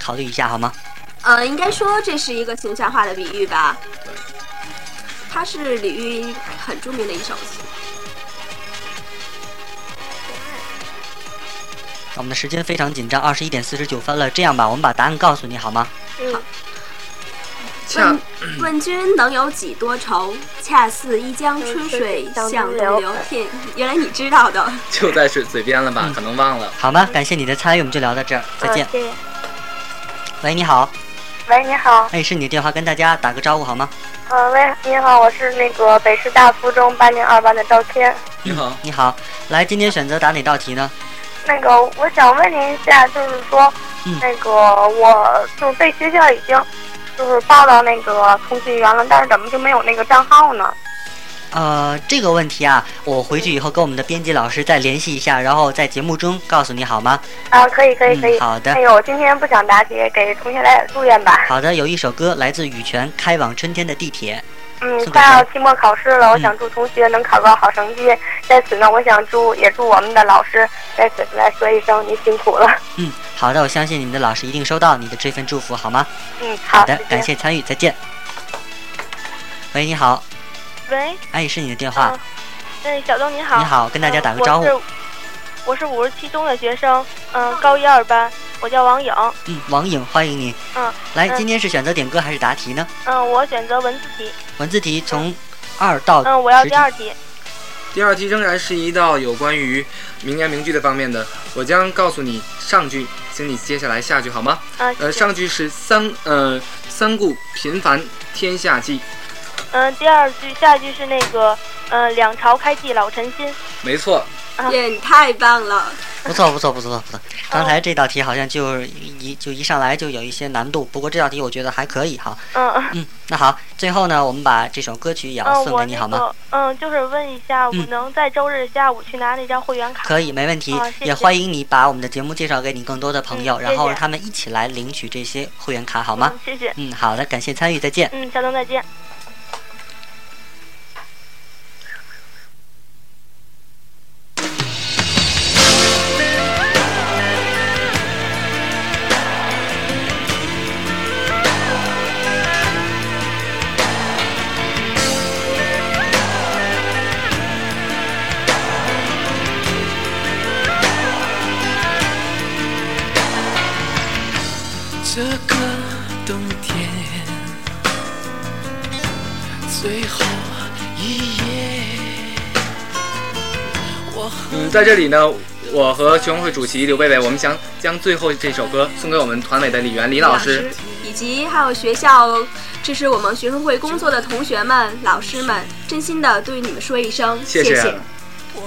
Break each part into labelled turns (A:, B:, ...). A: 考虑一下好吗？
B: 呃，应该说这是一个形象化的比喻吧。
C: 对，
B: 它是李煜很著名的一首词。
A: 那我们的时间非常紧张，二十一点四十九分了。这样吧，我们把答案告诉你好吗？
D: 嗯，
C: 恰
B: 问问君能有几多愁？恰似一江春水向东流。天，原来你知道的。
C: 就在嘴嘴边了吧，
A: 嗯
C: 可能忘了。
A: 好吗？感谢你的参与，我们就聊到这儿，再见
D: 嗯。谢谢。
A: 喂，你好，
D: 喂，你好，
A: 哎，是你的电话，跟大家打个招呼好吗？
D: 呃，喂，你好，我是那个北师大附中八年二班的赵天。
C: 你好，
A: 你好，来，今天选择答哪道题呢？
D: 那个，我想问您一下，就是说，
A: 嗯
D: 那个我就是被学校已经就是报到那个通讯员了，但是怎么就没有那个账号呢？
A: 呃，这个问题啊，我回去以后跟我们的编辑老师再联系一下，然后在节目中告诉你好吗？
D: 啊，可以，可以，
A: 嗯
D: 可以。
A: 好的
D: 哎呦，我今天不想答题，给同学来点祝愿吧。
A: 好的，有一首歌来自羽泉，《开往春天的地铁》。
D: 嗯
A: 是，的
D: 快要期末考试了，我
A: 嗯
D: 想祝同学能考个好成绩。在此呢，我想祝也祝我们的老师在此来说一声您辛苦了。
A: 嗯，好的，我相信你们的老师一定收到你的这份祝福，好吗？
D: 嗯，好
A: 好的，感
D: 谢。
A: 谢参与，再见。喂，你好，
E: 喂，
A: 哎，是你的电话，
E: 嗯那小东你好，
A: 你好，跟大家打个招呼。
E: 嗯我是五十七中的学生，嗯，高一二班，我叫王颖，
A: 嗯，王颖，欢迎你。
E: 嗯，
A: 来，
E: 嗯
A: 今天是选择点歌还是答题呢？
E: 嗯，我选择文字题，
A: 文字题从二到
E: 嗯，我要
A: 十
E: 第二题，
C: 第二题仍然是一道有关于名言名句的方面的，我将告诉你上句，请你接下来下句好吗？
E: 嗯，
C: 呃，上句是三呃三顾频繁天下计，
E: 嗯，第二句，下一句是那个，嗯，两朝开济老臣心，
C: 没错，
E: 啊
B: 耶，你太棒了！
A: 不错，不错，不错，不
E: 嗯
A: 错。刚才这道题好像就一就一上来就有一些难度，不过这道题我觉得还可以哈。
E: 嗯
A: 嗯，那好，最后呢，我们把这首歌曲也要
E: 嗯，
A: 送
E: 我
A: 给你
E: 那
A: 好吗？
E: 个，嗯，就是问一下，我
A: 嗯
E: 能在周日下午去拿那张会员卡？
A: 可以，没问题
E: 哦。谢谢
A: 也欢迎你把我们的节目介绍给你更多的朋友，
E: 嗯
A: 然
E: 谢谢
A: 后让他们一起来领取这些会员卡，好
E: 好
A: 吗？？
E: 谢谢，
A: 嗯，好的，感谢参与，再见。
E: 嗯，小东再见。
F: 这个冬天最后一夜，我和
C: 嗯，在这里呢，我和学生会主席刘贝贝，我们想将最后这首歌送给我们团委的李源李老师。，
B: 以及还有学校支持我们学生会工作的同学们、老师们，真心的对你们说一声
C: 谢啊
B: 谢。
C: 谢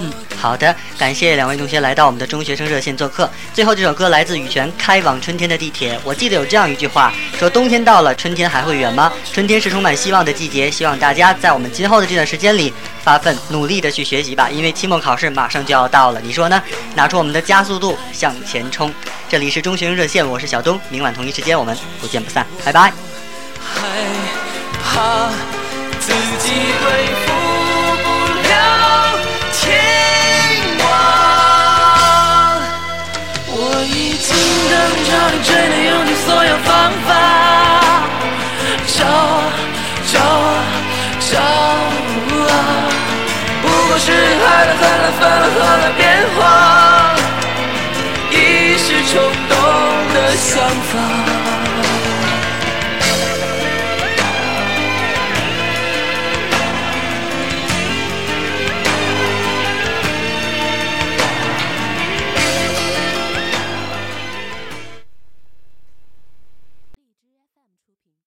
A: 嗯，好的，感谢两位同学来到我们的中学生热线做客。最后这首歌来自羽泉《开往春天的地铁》。我记得有这样一句话，说冬天到了，春天还会远吗？春天是充满希望的季节，希望大家在我们今后的这段时间里发奋努力的去学习吧，因为期末考试马上就要到了，你说呢？拿出我们的加速度向前冲。这里是中学生热线，我是小东，明晚同一时间我们不见不散，拜拜。
F: 害怕自己对付不了天网。我已经等着你，真的用尽所有方法，找找找啊！不过是爱了，恨了，分了，合了，别